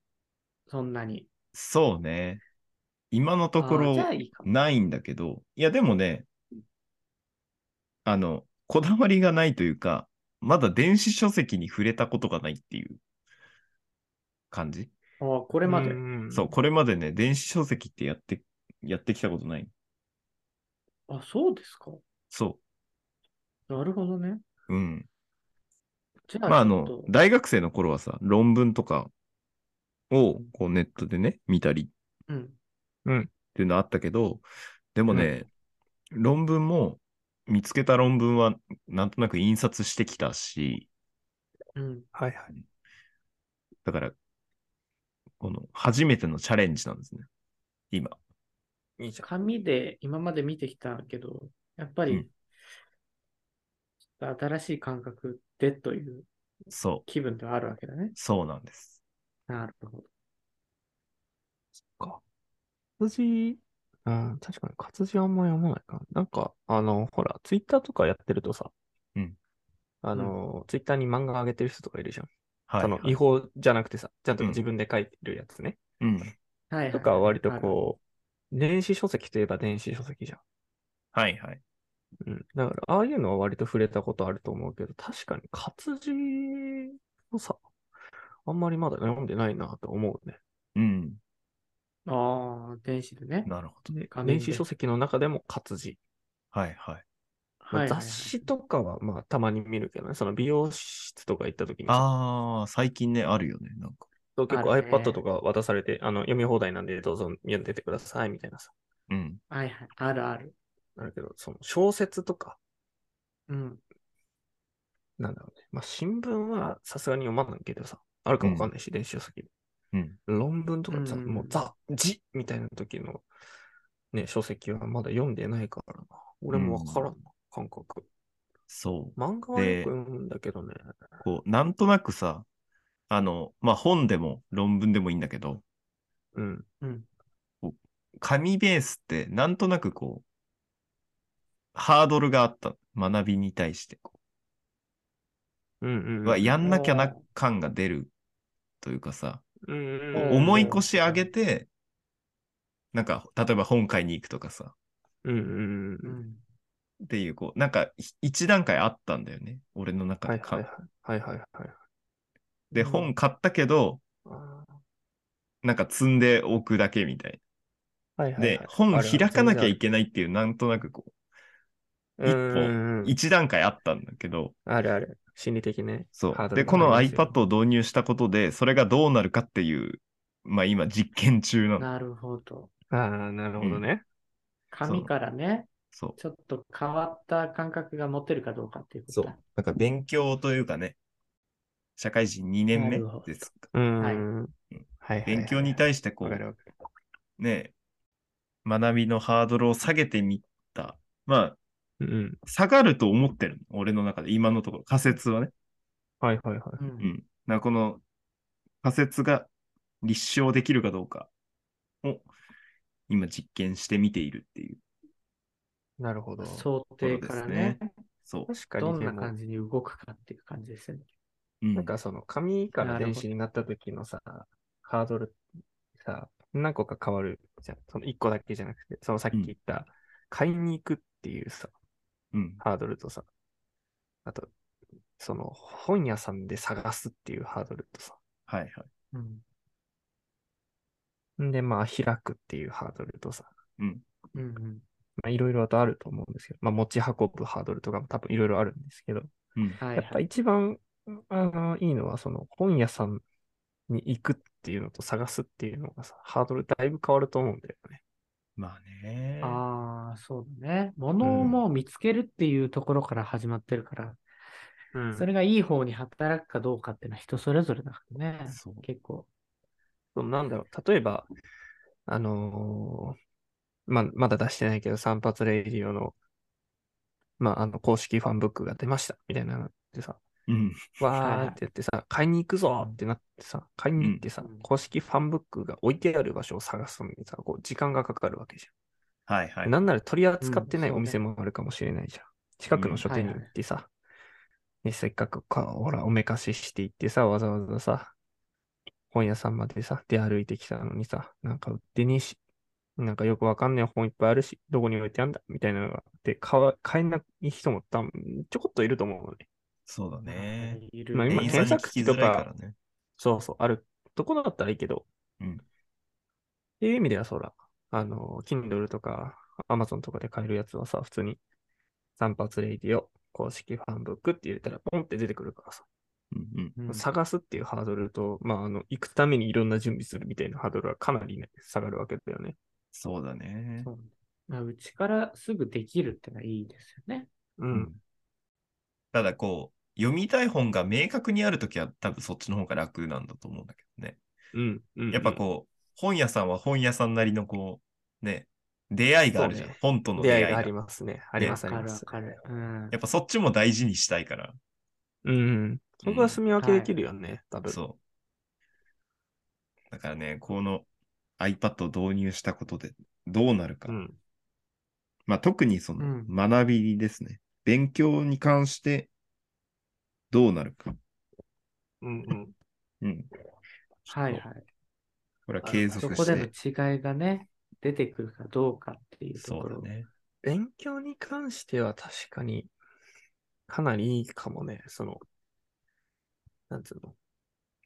[SPEAKER 2] そんなに。
[SPEAKER 1] そうね。今のとこ
[SPEAKER 2] あー
[SPEAKER 1] ろ
[SPEAKER 2] じゃあいいかも。
[SPEAKER 1] ないんだけど、いやでもね、あの、こだわりがないというか、まだ電子書籍に触れたことがないっていう感じ。
[SPEAKER 2] あこれまで。
[SPEAKER 3] うん
[SPEAKER 1] そう、これまでね、電子書籍ってやって、やってきたことない。
[SPEAKER 2] あ、そうですか。
[SPEAKER 1] そ
[SPEAKER 2] なるほどね。
[SPEAKER 1] う。うん。
[SPEAKER 2] じゃあ、
[SPEAKER 1] まあ、あ
[SPEAKER 2] ちょ
[SPEAKER 1] の
[SPEAKER 2] っ、と
[SPEAKER 1] 大学生の頃はさ、論文とかをこうネットでね、見たり
[SPEAKER 2] うん。
[SPEAKER 1] っていうのあったけど、でもね、論文も、見つけた論文はなんとなく印刷してきたし、
[SPEAKER 2] うん。
[SPEAKER 3] はいはい。
[SPEAKER 1] だから、この初めてのチャレンジなんですね。今。
[SPEAKER 3] いいじゃん。
[SPEAKER 2] 紙で今まで見てきたけど、やっぱ
[SPEAKER 1] う
[SPEAKER 2] り、
[SPEAKER 1] ん
[SPEAKER 2] ちょっと新しい感覚でという
[SPEAKER 1] そ
[SPEAKER 2] 気分ではあるわけだね
[SPEAKER 1] う。。そうなんです。
[SPEAKER 2] なるほど。
[SPEAKER 3] 活字、うん、確かに活字あんま読まないかな。なんか、あの、ほら、ツイッターとかやってるとさ、
[SPEAKER 1] うん。
[SPEAKER 3] あの、ツイッターに漫画上げてる人とかいるじゃん。
[SPEAKER 1] はい。
[SPEAKER 3] その
[SPEAKER 1] はい
[SPEAKER 3] 違法じゃなくてさ、ちゃんと
[SPEAKER 1] うん
[SPEAKER 3] 自分で書いてるやつね。
[SPEAKER 1] うん。
[SPEAKER 2] はいはい。
[SPEAKER 3] とかは割とこう、電子書籍といえば電子書籍じゃん。
[SPEAKER 1] はいはい。
[SPEAKER 3] うん。だから、ああいうのは割と触れたことあると思うけど、確かに活字のさ、あんまりまだ読んでないなと思うね。
[SPEAKER 1] うん。
[SPEAKER 2] ある。ああ、電子でね。
[SPEAKER 1] なるほど。
[SPEAKER 2] 画面
[SPEAKER 3] 電
[SPEAKER 2] で
[SPEAKER 3] 子書籍の中でも活字。
[SPEAKER 1] はいはい。
[SPEAKER 3] まあ
[SPEAKER 2] はいはいはい
[SPEAKER 3] 雑誌とかはまあたまに見るけどね、その美容室とか行った時にさ、
[SPEAKER 1] ああ、最近ね、あるよね。なんか。
[SPEAKER 3] 結構
[SPEAKER 2] あるね
[SPEAKER 3] iPad とか渡されて、あの読み放題なんでどうぞ読んでてくださいみたいなさ、
[SPEAKER 1] うん。
[SPEAKER 2] はいはい。あるある。
[SPEAKER 3] なるけど、その小説とか、
[SPEAKER 2] うん。
[SPEAKER 3] なんだろうね、まあ新聞はさすがに読まないけどさ、あるかわかんないし、電子書籍で。
[SPEAKER 1] うん。
[SPEAKER 3] 論文とかさ、
[SPEAKER 2] うん
[SPEAKER 3] もうザ・字みたいな時の、ね、書籍はまだ読んでないからな。俺もわからんな、感覚。
[SPEAKER 1] そう。
[SPEAKER 3] 漫画はよく読むんだけどね。
[SPEAKER 1] こう、なんとなくさ、あの、まあ、本でも論文でもいいんだけど、
[SPEAKER 3] うん。
[SPEAKER 1] 紙ベースってなんとなくこう、ハードルがあった。学びに対してこ
[SPEAKER 3] うんうんう
[SPEAKER 1] う。
[SPEAKER 3] ん。
[SPEAKER 1] うわやんなきゃ
[SPEAKER 2] う
[SPEAKER 1] なん感が出るというかさ、
[SPEAKER 3] うんうん
[SPEAKER 1] こ
[SPEAKER 3] うん、
[SPEAKER 1] う重い腰上げて、なんか、例えば本会に行くとかさ、
[SPEAKER 3] うんうん
[SPEAKER 2] う
[SPEAKER 3] うん。
[SPEAKER 2] ん。
[SPEAKER 1] っていう、こう、なんか、ひ一段階あったんだよね。俺の中
[SPEAKER 3] はい
[SPEAKER 1] で
[SPEAKER 3] はい
[SPEAKER 1] 感。
[SPEAKER 3] はい。はいはいはい。
[SPEAKER 1] で、
[SPEAKER 2] うん
[SPEAKER 1] 本買ったけど、
[SPEAKER 3] あー
[SPEAKER 1] なんか積んでおくだけみたい
[SPEAKER 3] はい
[SPEAKER 1] な。
[SPEAKER 3] はい
[SPEAKER 1] で
[SPEAKER 3] はい、
[SPEAKER 1] 本
[SPEAKER 3] あるある
[SPEAKER 1] 開かなきゃいけないっていう、なんとなくこう、一歩
[SPEAKER 3] うんうんうん
[SPEAKER 1] 一段階あったんだけど、
[SPEAKER 3] あるある。心理的ね。
[SPEAKER 1] そう。で、この iPad を導入したことで、それがどうなるかっていう、まあ今実験中なの。
[SPEAKER 2] なるほど。
[SPEAKER 3] ああ、なるほどね。
[SPEAKER 2] 紙からね、
[SPEAKER 1] そう。
[SPEAKER 2] ちょっと変わった感覚が持てるかどうかっていうことだ。。
[SPEAKER 1] なんか勉強というかね、社会人2年目ですか。
[SPEAKER 3] うん。
[SPEAKER 2] は
[SPEAKER 3] はいいはいはい。
[SPEAKER 1] 勉強に対してこ
[SPEAKER 3] わかる
[SPEAKER 1] う、
[SPEAKER 3] わかる。
[SPEAKER 1] ね、学びのハードルを下げてみた。まあ、
[SPEAKER 3] うんうん。
[SPEAKER 1] 下がると思ってる。俺の中で、今のところ、仮説はね。
[SPEAKER 3] はいはいはい。
[SPEAKER 2] うん
[SPEAKER 1] うん。なんかこの仮説が立証できるかどうかを今実験してみているっていう。
[SPEAKER 3] なるほど。
[SPEAKER 2] 想定からね、
[SPEAKER 1] そう。
[SPEAKER 3] 確かに
[SPEAKER 2] ど
[SPEAKER 3] でも
[SPEAKER 2] んな感じに動くかっていう感じですよね。
[SPEAKER 1] うん
[SPEAKER 3] なんかその紙から電子になった時のさ、ハードルさ、何個か変わるじゃん。その1個だけじゃなくて、そのさっき言った、買いに行くっていうさ、
[SPEAKER 1] うん。
[SPEAKER 3] ハードルとさ、あと、その本屋さんで探すっていうハードルとさ、
[SPEAKER 1] はいはい。
[SPEAKER 2] うん。
[SPEAKER 3] んで、まあ、開くっていうハードルとさ、
[SPEAKER 2] うんうん。
[SPEAKER 3] まあ、いろいろとあると思うんですけど、まあ、持ち運ぶハードルとかも多分いろいろあるんですけど、
[SPEAKER 1] うん。
[SPEAKER 2] はい
[SPEAKER 3] やっぱ
[SPEAKER 2] はい。
[SPEAKER 3] 一番、あの、いいのは、その本屋さんに行くっていうのと探すっていうのがさ、ハードルだいぶ変わると思うんだよね。
[SPEAKER 1] まあね。
[SPEAKER 2] ああ、そうだね。物をもう見つけるっていうところから始まってるから、
[SPEAKER 3] うん
[SPEAKER 2] それがいい方に働くかどうかっていうのは人それぞれだからね。
[SPEAKER 1] そう
[SPEAKER 2] 結構。
[SPEAKER 3] そのなんだろう、例えば、あのーまあ、まだ出してないけど、散髪レイディオの、まあ、あの、公式ファンブックが出ました、みたいなのってさ、
[SPEAKER 1] うん。
[SPEAKER 2] はいは
[SPEAKER 3] わ
[SPEAKER 2] い
[SPEAKER 3] ーってやってさ、買いに行くぞってなってさ、買いに行ってさ、
[SPEAKER 2] うん
[SPEAKER 3] 公式ファンブックが置いてある場所を探すのにさ、こう、時間がかかるわけじ
[SPEAKER 1] はい
[SPEAKER 3] ゃ
[SPEAKER 1] は
[SPEAKER 3] ん。
[SPEAKER 1] い。
[SPEAKER 3] なんなら取り扱ってない
[SPEAKER 2] うん
[SPEAKER 3] お店もあるかもしれないじゃん。近くの書店に行ってさ、ねせっかくか、ほら、おめかしして行ってさ、わざわざさ、本屋さんまでさ、出歩いてきたのにさ、なんか売ってねえし、なんかよくわかんない本いっぱいあるし、どこに置いてあんだみたいなのがあって、買わ買えない人も多分ちょこっといると思うのね。
[SPEAKER 1] そうだね。
[SPEAKER 2] いる
[SPEAKER 3] まあ今
[SPEAKER 1] 店員さんに
[SPEAKER 3] 検
[SPEAKER 1] 聞
[SPEAKER 3] 索
[SPEAKER 1] き
[SPEAKER 3] 機
[SPEAKER 1] づ
[SPEAKER 3] とから
[SPEAKER 1] いからね。
[SPEAKER 3] そうそう、あるところだったらいいけど。
[SPEAKER 1] うん
[SPEAKER 3] っていう意味では、そら、あの、Kindle とか Amazon とかで買えるやつはさ、普通に散髪レイディオ公式ファンブックって入れたらポンって出てくるからさ、
[SPEAKER 1] うんうん。
[SPEAKER 2] うん
[SPEAKER 3] 探すっていうハードルと、まあ、あの、行くためにいろんな準備するみたいなハードルはかなりね、下がるわけだよね。
[SPEAKER 1] そうだね
[SPEAKER 2] そ。うまあうちからすぐできるってのはいいですよね。
[SPEAKER 3] う。。
[SPEAKER 1] うんただこう、読みたい本が明確にあるときは多分そっちの方が楽なんだと思うんだけどね。
[SPEAKER 3] うん。うん
[SPEAKER 1] やっぱこう、本屋さんは本屋さんなりのこう、ね、出会いがあるじゃん。
[SPEAKER 3] そうね
[SPEAKER 1] 本との出
[SPEAKER 3] 出
[SPEAKER 1] 会
[SPEAKER 3] 会
[SPEAKER 1] い
[SPEAKER 3] い
[SPEAKER 1] が
[SPEAKER 3] がありますね。ありま
[SPEAKER 2] わ
[SPEAKER 3] す、あ
[SPEAKER 2] か
[SPEAKER 3] り
[SPEAKER 2] る
[SPEAKER 3] ま
[SPEAKER 2] わ
[SPEAKER 3] す。
[SPEAKER 2] かる。うん
[SPEAKER 1] や。っぱそっちも大事にしたいから。
[SPEAKER 3] うんうん。そこは住み分けできるよね、多分。
[SPEAKER 1] そう。だからね、この iPad を導入したことでどうなるか。
[SPEAKER 3] うん。
[SPEAKER 1] まあ、特にそうの
[SPEAKER 2] ん
[SPEAKER 1] 学びですね。勉強に関してどうなるか。
[SPEAKER 3] うんう
[SPEAKER 1] う
[SPEAKER 3] ん。
[SPEAKER 1] ん。
[SPEAKER 2] はいはい。
[SPEAKER 1] これは継
[SPEAKER 2] そ
[SPEAKER 1] 続
[SPEAKER 2] こ
[SPEAKER 1] し
[SPEAKER 2] で
[SPEAKER 1] て。
[SPEAKER 2] の違いがね、出てくるかどうかっていうと
[SPEAKER 1] そ
[SPEAKER 2] こ
[SPEAKER 1] うだ
[SPEAKER 2] ろ。
[SPEAKER 1] ね。
[SPEAKER 3] 勉強に関しては確かに、かなりいいかもね。その、なんつうの、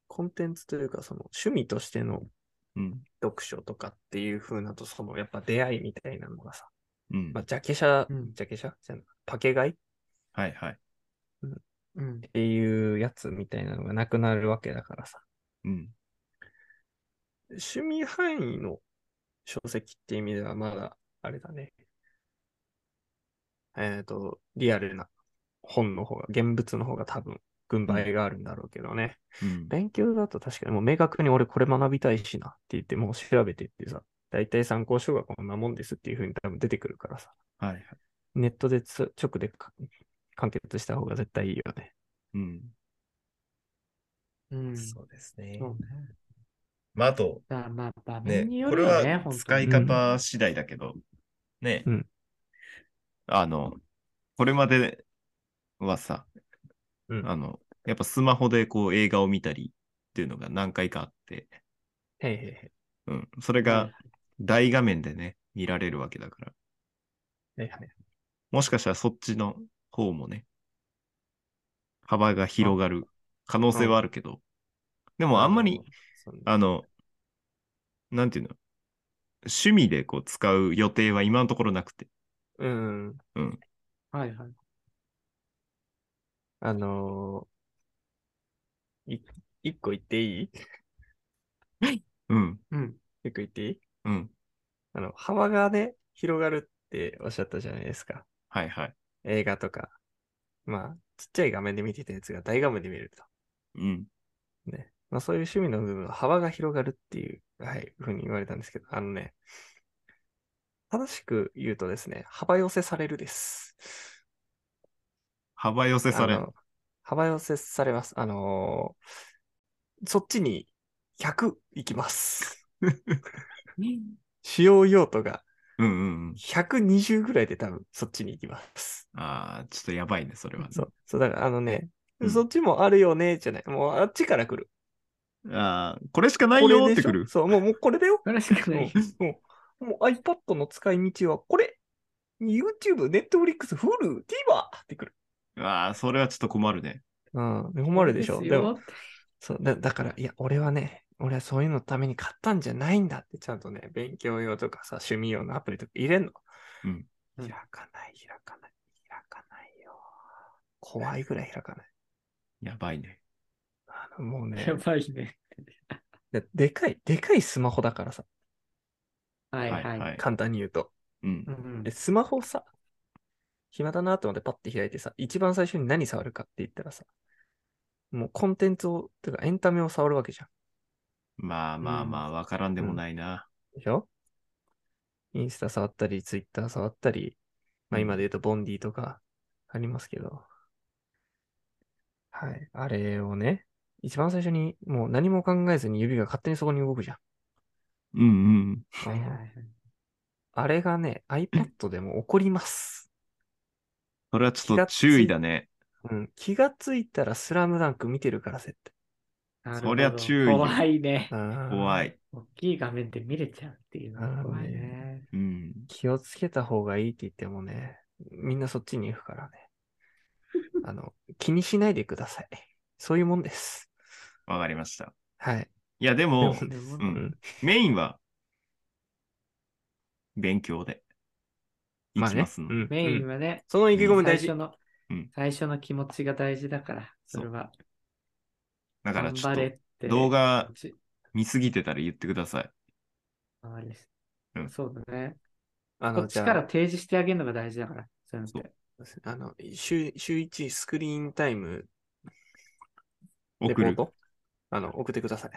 [SPEAKER 3] コンテンツというか、その趣味としての
[SPEAKER 1] うん。
[SPEAKER 3] 読書とかっていう風なと、そのやっぱ出会いみたいなのがさ、
[SPEAKER 1] うん。
[SPEAKER 3] まあ、ジャケ写、
[SPEAKER 2] うん
[SPEAKER 3] ジャケ写じゃないパケ買いっ
[SPEAKER 1] はいはい。
[SPEAKER 2] うん。
[SPEAKER 3] ていうやつみたいなのがなくなるわけだからさ、
[SPEAKER 1] うん。
[SPEAKER 3] 趣味範囲の書籍っていう意味ではまだ、あれだね。えっ、と、リアルな本の方が、現物の方が多分、軍配があるんだろうけどね。
[SPEAKER 1] うん。
[SPEAKER 3] 勉強だと確かにもう明確に俺これ学びたいしなって言って、もう調べてってさ、大体参考書がこんなもんですっていう風に多分出てくるからさ、
[SPEAKER 1] はいはい。
[SPEAKER 3] ネットでつ直でか完結した方が絶対いいよね。
[SPEAKER 1] うん。
[SPEAKER 2] うん。
[SPEAKER 1] そうですね
[SPEAKER 2] そうね。
[SPEAKER 1] まあ、あと、
[SPEAKER 2] だからまあ、場
[SPEAKER 1] ね
[SPEAKER 2] 面に、よ
[SPEAKER 1] これ
[SPEAKER 2] るよね、
[SPEAKER 1] は
[SPEAKER 2] 本当
[SPEAKER 1] 使
[SPEAKER 2] に
[SPEAKER 1] い方次第だけど、ね、
[SPEAKER 3] うん
[SPEAKER 1] あの、これまではさ、
[SPEAKER 3] うん
[SPEAKER 1] あの、やっぱスマホでこう映画を見たりっていうのが何回かあって、
[SPEAKER 3] へいへいへ
[SPEAKER 1] うん、それ
[SPEAKER 2] は
[SPEAKER 1] が
[SPEAKER 2] い
[SPEAKER 1] 大画面でね、見られるわけだから、
[SPEAKER 3] い。へいへい
[SPEAKER 1] もしかしたらそっちの方もね、幅が広がる可能性はあるけど、でもあんまり、、
[SPEAKER 3] そんな
[SPEAKER 1] あの、なんていうの、趣味でこう使う予定は今のところなくて。
[SPEAKER 3] うん。
[SPEAKER 2] はいはい。
[SPEAKER 3] あのー、い、一個言っていい
[SPEAKER 1] うん、
[SPEAKER 2] うん。
[SPEAKER 3] 一個言っていい
[SPEAKER 1] うん。
[SPEAKER 3] あの、幅がね、広がるっておっしゃったじゃないですか。
[SPEAKER 1] はいはい。
[SPEAKER 3] 映画とか。まあ、ちっちゃい画面で見てたやつが大画面で見ると。
[SPEAKER 1] うん。
[SPEAKER 3] ね。まあそういう趣味の部分の幅が広がるっていう、はい、ふうに言われたんですけど、あのね、正しく言うとですね、幅寄せされるです。
[SPEAKER 1] 幅寄せされ
[SPEAKER 3] あ
[SPEAKER 1] る。
[SPEAKER 3] の幅寄せされます。あのーそっちに100いきます。使用用途が
[SPEAKER 1] うんうんうん。
[SPEAKER 3] 120ぐらいで多分そっちに行きます。
[SPEAKER 1] ああ、ちょっとやばいね、それは、ね。
[SPEAKER 3] そう、そう、だからあのね、
[SPEAKER 1] うん
[SPEAKER 3] そっちもあるよね、じゃない。もうあっちから来る。
[SPEAKER 1] ああ、これしかないよ
[SPEAKER 3] こ
[SPEAKER 1] ー
[SPEAKER 3] れ
[SPEAKER 1] っ
[SPEAKER 3] で
[SPEAKER 1] て
[SPEAKER 3] しょ
[SPEAKER 1] くる。
[SPEAKER 3] そう、もうもうこれだよ。
[SPEAKER 2] これしかない。
[SPEAKER 3] もうもう iPad の使い道はこれ !YouTube、Netflix、Hulu、TVer ってくる。
[SPEAKER 1] ああ、それはちょっと困るね。
[SPEAKER 3] うん、困るでしょ。
[SPEAKER 2] す
[SPEAKER 3] でも
[SPEAKER 2] よ
[SPEAKER 3] そうだ、だから、いや、俺はね、俺はそういうのために買ったんじゃないんだって、ちゃんとね、勉強用とかさ、趣味用のアプリとか入れんの。
[SPEAKER 1] うん
[SPEAKER 3] 開かない、開かない、開かないよ。怖いぐらい開かない。
[SPEAKER 1] やばいね。
[SPEAKER 3] あのもうね
[SPEAKER 2] やばいね。
[SPEAKER 3] で、でかい、でかいスマホだからさ、
[SPEAKER 2] はいはい。
[SPEAKER 3] 簡単に言うと。
[SPEAKER 1] うん
[SPEAKER 2] う。ん
[SPEAKER 3] で、スマホさ、暇だなと思ってパッて開いてさ、一番最初に何触るかって言ったらさ、もうコンテンツを、てかエンタメを触るわけじゃん。
[SPEAKER 1] まあまあまあ、わからんでもないな。
[SPEAKER 3] でしょインスタ触ったり、ツイッター触ったり、まあ今で言うとボンディとかありますけど、はい。あれをね、一番最初にもう何も考えずに指が勝手にそこに動くじゃん。
[SPEAKER 1] うんうん。
[SPEAKER 2] はいはいはい。
[SPEAKER 3] あれがね、iPad でも起こります。
[SPEAKER 1] それはちょっと注意だね。
[SPEAKER 3] うん。気がついたらスラムダンク見てるから、絶
[SPEAKER 2] なるほど
[SPEAKER 1] そりゃ注意
[SPEAKER 2] 怖いね。
[SPEAKER 3] 対。
[SPEAKER 1] 怖
[SPEAKER 3] い。
[SPEAKER 1] い。
[SPEAKER 2] 大きい画面で見れちゃうっていうのが怖いね。
[SPEAKER 1] うん。
[SPEAKER 3] 気をつけた方がいいって言ってもね、みんなそっちに行くからね。あの、気にしないでください。そういうもんです。
[SPEAKER 1] わかりました。
[SPEAKER 3] はい。
[SPEAKER 1] いや、でも、
[SPEAKER 3] で
[SPEAKER 2] も
[SPEAKER 1] う
[SPEAKER 3] うんん。
[SPEAKER 1] メインは、勉強で。いきますの。
[SPEAKER 3] うん
[SPEAKER 2] メイ
[SPEAKER 3] う
[SPEAKER 2] ン
[SPEAKER 3] ん
[SPEAKER 2] はね、
[SPEAKER 3] その意気込み
[SPEAKER 2] 最
[SPEAKER 3] 大事
[SPEAKER 2] 初。の
[SPEAKER 1] うん、
[SPEAKER 2] 最初の気持ちが大事だから、それは。
[SPEAKER 1] だから
[SPEAKER 2] 頑
[SPEAKER 1] ちょ
[SPEAKER 2] 張
[SPEAKER 1] っ
[SPEAKER 2] れ
[SPEAKER 1] と
[SPEAKER 2] って。
[SPEAKER 1] 動画
[SPEAKER 2] 気持ち
[SPEAKER 1] 見すぎてたら言ってください。
[SPEAKER 2] あれです
[SPEAKER 1] うん
[SPEAKER 2] そうだね。
[SPEAKER 3] あ
[SPEAKER 2] こっ
[SPEAKER 3] の、じ
[SPEAKER 2] ち
[SPEAKER 3] ゃ
[SPEAKER 2] から
[SPEAKER 3] あ、
[SPEAKER 2] 提示してあげるのが大事だから、そういうのって。
[SPEAKER 3] あの週、週1スクリーンタイムレ
[SPEAKER 1] 送
[SPEAKER 3] ポー
[SPEAKER 1] る。
[SPEAKER 3] トあの、送ってください。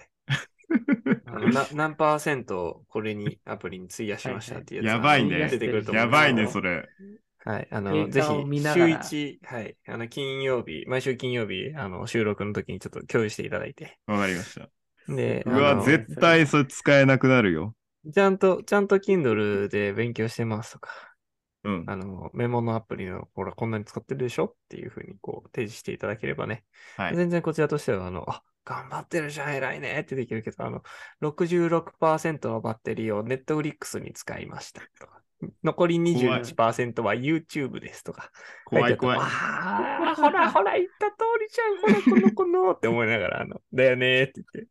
[SPEAKER 3] あのな何パーセントこれにアプリに費やしましたっていうやつ
[SPEAKER 1] やばい
[SPEAKER 3] あ
[SPEAKER 1] ね
[SPEAKER 3] の出てくると思う
[SPEAKER 1] やばいね、
[SPEAKER 2] そ
[SPEAKER 1] それ。
[SPEAKER 3] はい。あの、ぜ
[SPEAKER 2] デー
[SPEAKER 3] ひ、
[SPEAKER 2] タを見ながら
[SPEAKER 3] 週1、はい。あの、金曜日、毎週金曜日、あの、収録の時にちょっと共有していただいて。
[SPEAKER 1] わかりました。
[SPEAKER 3] で、
[SPEAKER 1] う
[SPEAKER 2] う
[SPEAKER 3] あ
[SPEAKER 1] わ、
[SPEAKER 3] の
[SPEAKER 1] 絶対それ使えなくなるよ。
[SPEAKER 3] ちゃんと、ちゃんと Kindle で勉強してますとか、
[SPEAKER 1] うん。
[SPEAKER 3] あの、メモのアプリの、ほら、こんなに使ってるでしょっていうふうに、こう、提示していただければね。
[SPEAKER 1] はい
[SPEAKER 3] 全然こちらとしては、あの、あ、頑張ってるじゃん、偉いねってできるけど、あの、66%のバッテリーを Netflix に使いましたとか、残り21%は YouTube ですとか、
[SPEAKER 1] 怖い怖い
[SPEAKER 3] あ。あー、ほらほら、言った通りじゃん、ほら、このこのって思いながら、あの、だよねーって言って。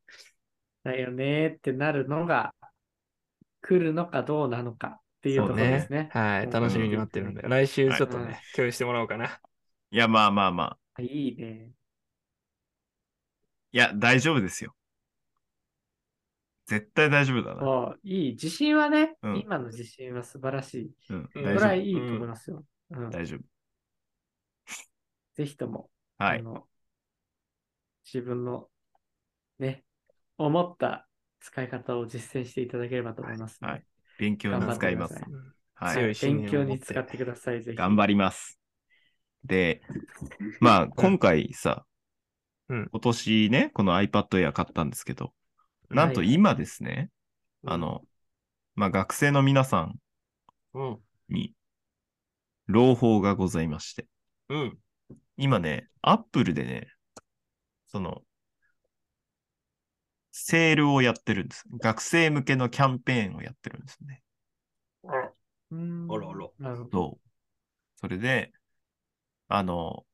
[SPEAKER 2] だよねーってなるのが、来るのかどうなのかっていうところですね。
[SPEAKER 3] はい、楽しみに待ってるんで、来週ちょっとね、
[SPEAKER 2] はい
[SPEAKER 3] 共有してもらおうかな。
[SPEAKER 1] いや、まあまあまあ。
[SPEAKER 2] あいいね。
[SPEAKER 1] いや、大丈夫ですよ。絶対大丈夫だな。
[SPEAKER 2] そう、いい。自信はね、
[SPEAKER 1] うん
[SPEAKER 2] 今の自信は素晴らしい。
[SPEAKER 1] うん。
[SPEAKER 3] うん
[SPEAKER 2] こ
[SPEAKER 1] 大
[SPEAKER 2] れ
[SPEAKER 1] 丈
[SPEAKER 2] は
[SPEAKER 1] 夫。
[SPEAKER 2] いいと思いますよ。うん
[SPEAKER 1] 大丈夫。
[SPEAKER 2] ぜひとも、
[SPEAKER 1] は
[SPEAKER 2] あ
[SPEAKER 1] い。
[SPEAKER 2] の自分の、ね、思った使い方を実践していただければと思いますので、
[SPEAKER 1] はい勉強に使います
[SPEAKER 2] 頑張ってくださ。い
[SPEAKER 3] うん
[SPEAKER 1] は
[SPEAKER 3] 強い
[SPEAKER 1] い。
[SPEAKER 3] 信念
[SPEAKER 2] 勉
[SPEAKER 3] を持って
[SPEAKER 2] 強に使ってください、ぜひ。
[SPEAKER 1] 頑張ります。 で、まあ、今回さ、
[SPEAKER 3] うん
[SPEAKER 1] 今年ね、この iPad Air 買ったんですけど、なんと
[SPEAKER 2] はい
[SPEAKER 1] 今ですね、あ、の、まあ、学生の皆さん
[SPEAKER 3] うん、
[SPEAKER 1] に、朗報がございまして、
[SPEAKER 3] うん、
[SPEAKER 1] 今ね、Apple でね、その、セールをやってるんです。学生向けのキャンペーンをやってるんですね。
[SPEAKER 2] うーん
[SPEAKER 3] あらあら
[SPEAKER 2] なるほど。
[SPEAKER 1] そう。それで、あの、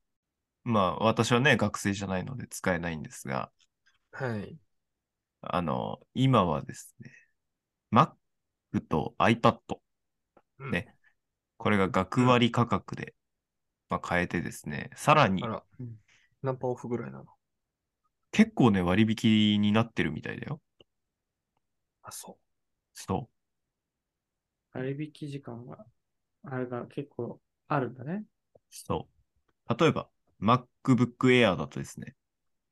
[SPEAKER 1] まあ、私はね、学生じゃないので使えないんですが、
[SPEAKER 3] はい。
[SPEAKER 1] あの、今はですね、Mac と iPad、
[SPEAKER 3] うん
[SPEAKER 1] ねこれが学割価格で、まあ、変えてですね、さらに
[SPEAKER 3] あら
[SPEAKER 2] うん、
[SPEAKER 3] 何パーオフぐらいなの
[SPEAKER 1] 結構ね、割引になってるみたいだよ。
[SPEAKER 3] あ、そ
[SPEAKER 1] そ
[SPEAKER 2] 割引時間が、あれが結構あるんだね。
[SPEAKER 1] う。そう。例えば、MacBook Air だとですね、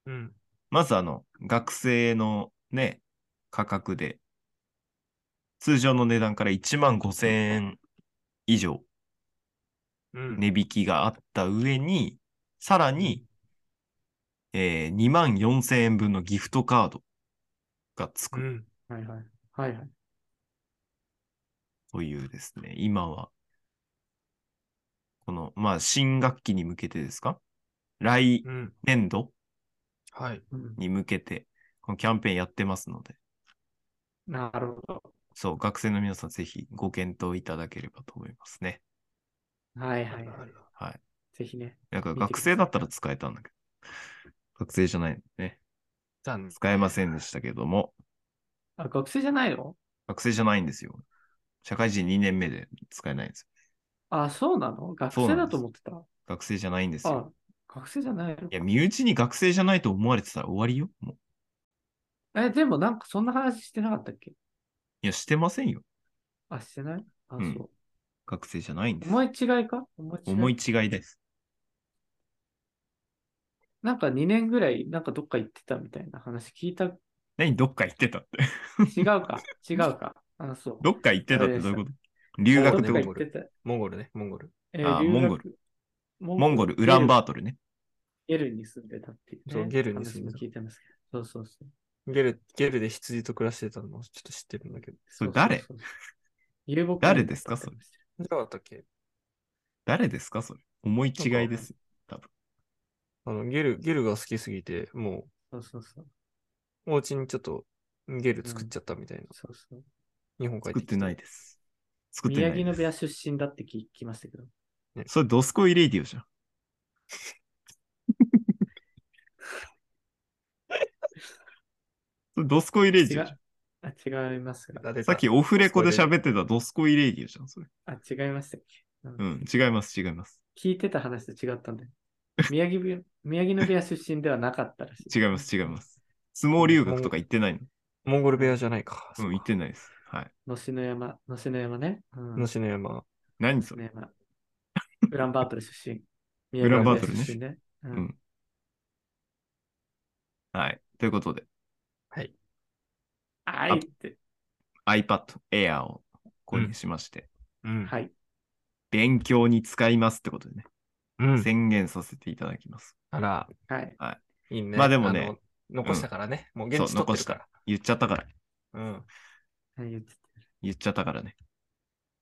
[SPEAKER 3] う。うん。
[SPEAKER 1] まずあの、学生のね、価格で、通常の値段から1万5000円以上
[SPEAKER 3] うん
[SPEAKER 1] 値引きがあった上に、さらに、え2万4000円分のギフトカードがつ
[SPEAKER 3] う
[SPEAKER 1] く
[SPEAKER 3] ん。
[SPEAKER 2] はいはい。はいはい。
[SPEAKER 1] というですね、今は、この、まあ、新学期に向けてですか来
[SPEAKER 3] うん。
[SPEAKER 1] 年度
[SPEAKER 3] はい。
[SPEAKER 2] うん
[SPEAKER 1] に向けて、このキャンペーンやってますので、
[SPEAKER 2] なるほど。
[SPEAKER 1] そう、学生の皆さんぜひご検討いただければと思いますね。
[SPEAKER 2] はい
[SPEAKER 3] あ
[SPEAKER 2] はい
[SPEAKER 3] る
[SPEAKER 2] は
[SPEAKER 3] あ
[SPEAKER 2] い。
[SPEAKER 3] る
[SPEAKER 1] はい。
[SPEAKER 2] ぜひね。
[SPEAKER 1] なんか
[SPEAKER 2] 見てください
[SPEAKER 1] 学生だったら使えたんだけど、学生じゃないのでね、
[SPEAKER 3] 残念
[SPEAKER 1] 使えませんでしたけども、
[SPEAKER 2] あ、学生じゃないの
[SPEAKER 1] 学生じゃないんですよ。社会人2年目で使えないんですよ。
[SPEAKER 2] あ、そうなの学
[SPEAKER 1] そうな
[SPEAKER 2] 生
[SPEAKER 1] んです
[SPEAKER 2] だと思ってた。
[SPEAKER 1] 学生じゃないんです
[SPEAKER 2] あ
[SPEAKER 1] よ。、
[SPEAKER 2] 学生じゃないの
[SPEAKER 1] いや、身内に学生じゃないと思われてたら終わりよ。もう。
[SPEAKER 2] え、でもなんかそんな話してなかったっけ
[SPEAKER 1] いや、してませんよ。
[SPEAKER 2] あ、してないあ、
[SPEAKER 1] うん
[SPEAKER 2] そう。
[SPEAKER 1] 学生じゃないんです。
[SPEAKER 2] 思い違いか思い違い
[SPEAKER 1] 思い違いです。
[SPEAKER 2] なんか2年ぐらい、なんかどっか行ってたみたいな話聞いた。
[SPEAKER 1] 何、どっか行ってたって。
[SPEAKER 2] 違うか違うかあ、そう。
[SPEAKER 1] どっか行ってたってどういうこと留学って
[SPEAKER 2] ど
[SPEAKER 1] こ
[SPEAKER 2] っか
[SPEAKER 1] と
[SPEAKER 2] 行ってた。
[SPEAKER 3] モンゴルね、モンゴル。
[SPEAKER 2] え
[SPEAKER 1] あモンゴ
[SPEAKER 2] ル。
[SPEAKER 1] モ
[SPEAKER 2] モ
[SPEAKER 1] ンゴル、ウランバートルね。
[SPEAKER 2] ゲルに住んでたっていう、ね。
[SPEAKER 3] そうゲルに住んでた
[SPEAKER 2] 話も聞いてますけど。そうそうそう。
[SPEAKER 3] ゲル、ゲルで羊と暮らしてたのもちょっと知ってるんだけど。
[SPEAKER 1] それ誰
[SPEAKER 2] うそうそう遊牧民
[SPEAKER 1] 誰ですか
[SPEAKER 2] だったりもして
[SPEAKER 3] じゃあ、だっけ
[SPEAKER 1] 誰ですかそれ。思い違いです。
[SPEAKER 3] あの、ゲル、ゲルが好きすぎて、も
[SPEAKER 2] そうそうそう。
[SPEAKER 3] う、お家にちょっと、ゲル作っちゃったみたいな。
[SPEAKER 2] そうそう
[SPEAKER 3] 日本帰
[SPEAKER 1] 作っ
[SPEAKER 3] っ
[SPEAKER 1] て
[SPEAKER 3] きて
[SPEAKER 1] てないです。作ってない
[SPEAKER 2] 宮
[SPEAKER 1] です。
[SPEAKER 2] 城野部屋出身だって聞きましたけど。
[SPEAKER 1] それドスコイレイディオ じゃん。それドスコイレイディオじゃ
[SPEAKER 2] あ、違いますが。
[SPEAKER 1] ん。さっきオフレコで喋ってたドスコイレイディオじゃん、それ。
[SPEAKER 2] あ、違いましたっけ、うん
[SPEAKER 1] うん、違います、違います。
[SPEAKER 2] 聞いてた話と違ったんで。宮城部 宮城野部屋出身ではなかったらしい。
[SPEAKER 1] 違います、違います。相撲留学とか行ってないの
[SPEAKER 3] モンゴル部屋じゃないか。
[SPEAKER 1] うん、行ってないです。はい。
[SPEAKER 2] 野篠山、野篠山ね。うん、
[SPEAKER 3] のしの山。
[SPEAKER 1] 何そ
[SPEAKER 2] 篠
[SPEAKER 1] れ
[SPEAKER 2] 山。ウランバートル出身。
[SPEAKER 1] ウランバートルね
[SPEAKER 2] 宮城野部屋出身ね。うん
[SPEAKER 1] うんはい。ということで、
[SPEAKER 2] はいって。
[SPEAKER 1] iPad Air を購入しまして、
[SPEAKER 3] うん。
[SPEAKER 2] はい。
[SPEAKER 1] 勉強に使いますってことでね、
[SPEAKER 3] うん。
[SPEAKER 1] 宣言させていただきます。
[SPEAKER 3] あら、
[SPEAKER 2] はい。
[SPEAKER 3] いいね。
[SPEAKER 1] まあでもね
[SPEAKER 3] あの、残したからね。もう現
[SPEAKER 1] そう
[SPEAKER 3] 地取ってるか
[SPEAKER 1] 言っちゃったから。
[SPEAKER 3] ら。うん。。
[SPEAKER 2] はい、言ってて
[SPEAKER 1] 言っちゃったからね。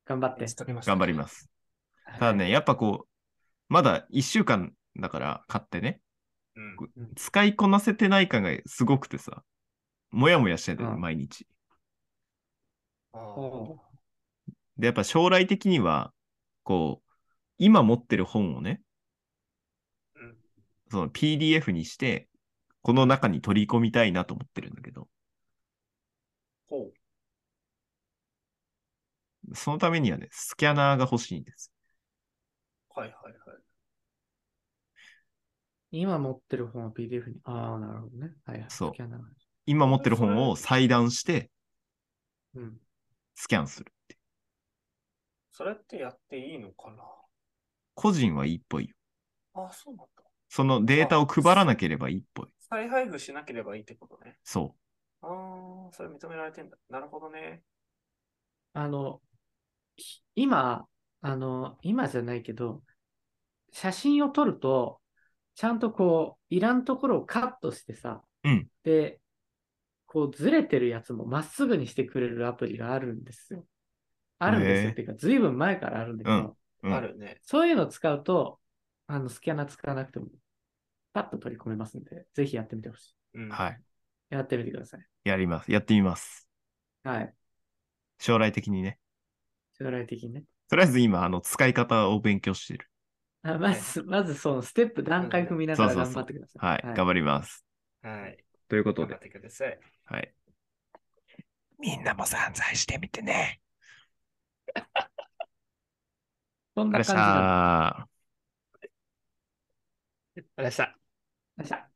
[SPEAKER 2] 頑張って。
[SPEAKER 1] 頑張りますす。ただね、やっぱこう、まだ1週間だから買ってね、
[SPEAKER 3] うん
[SPEAKER 1] 使いこなせてない感がすごくてさ、もやもやしてんだよね、
[SPEAKER 2] うん
[SPEAKER 1] 毎日。
[SPEAKER 3] あ
[SPEAKER 2] おう
[SPEAKER 1] で、やっぱ将来的には、こう、今持ってる本をね、
[SPEAKER 3] うん
[SPEAKER 1] その PDF にして、この中に取り込みたいなと思ってるんだけど、
[SPEAKER 3] ほ
[SPEAKER 1] そのためにはね、スキャナーが欲しいんです。
[SPEAKER 3] うはいはいはい。
[SPEAKER 2] 今持ってる本を PDF に。ああ、なるほどね。はいはい。
[SPEAKER 1] そう
[SPEAKER 2] スキャナー
[SPEAKER 1] 今持ってる本を裁断して、
[SPEAKER 2] うん。
[SPEAKER 1] スキャンする。
[SPEAKER 3] それってやっていいのかな
[SPEAKER 1] 個人はいいっぽいよ。
[SPEAKER 3] あ、そうなんだ。
[SPEAKER 1] そのデータを配らなければいいっぽい。
[SPEAKER 3] 再配布しなければいいってことね。
[SPEAKER 1] そ
[SPEAKER 3] ああ、それ認められてんだ。なるほどね。
[SPEAKER 2] あの、ひ今、あの、今じゃないけど、写真を撮ると、ちゃんとこう、いらんところをカットしてさ、
[SPEAKER 1] うん
[SPEAKER 2] で、こう、ずれてるやつもまっすぐにしてくれるアプリがあるんですよ。あるんです
[SPEAKER 1] へえ
[SPEAKER 2] よ。っていうか、ずいぶん前からあるんだけど、
[SPEAKER 1] うんう。うん
[SPEAKER 3] あるね。
[SPEAKER 2] そういうの使うと、あの、スキャナー使わなくても、パッと取り込めますんで、ぜひやってみてほしい。
[SPEAKER 3] うん
[SPEAKER 1] はい。
[SPEAKER 2] やってみてください。
[SPEAKER 1] やります。やってみます。
[SPEAKER 2] はい。
[SPEAKER 1] 将来的にね。
[SPEAKER 2] 将来的にね。
[SPEAKER 1] とりあえず今、あの、使い方を勉強してる。
[SPEAKER 2] あまず、まずそのステップ段階踏みながら
[SPEAKER 1] そうそう
[SPEAKER 2] 頑
[SPEAKER 1] そう
[SPEAKER 2] 張ってください。
[SPEAKER 1] はい。頑張ります。
[SPEAKER 3] はい。
[SPEAKER 1] ということ
[SPEAKER 3] 頑張
[SPEAKER 1] で
[SPEAKER 3] っ。てください。
[SPEAKER 1] はい。
[SPEAKER 3] みんなも散財してみてね。
[SPEAKER 2] そん
[SPEAKER 1] ありがとうござ
[SPEAKER 2] な感
[SPEAKER 1] い
[SPEAKER 2] じ
[SPEAKER 1] ました。
[SPEAKER 3] ありがとうございました。
[SPEAKER 2] でした。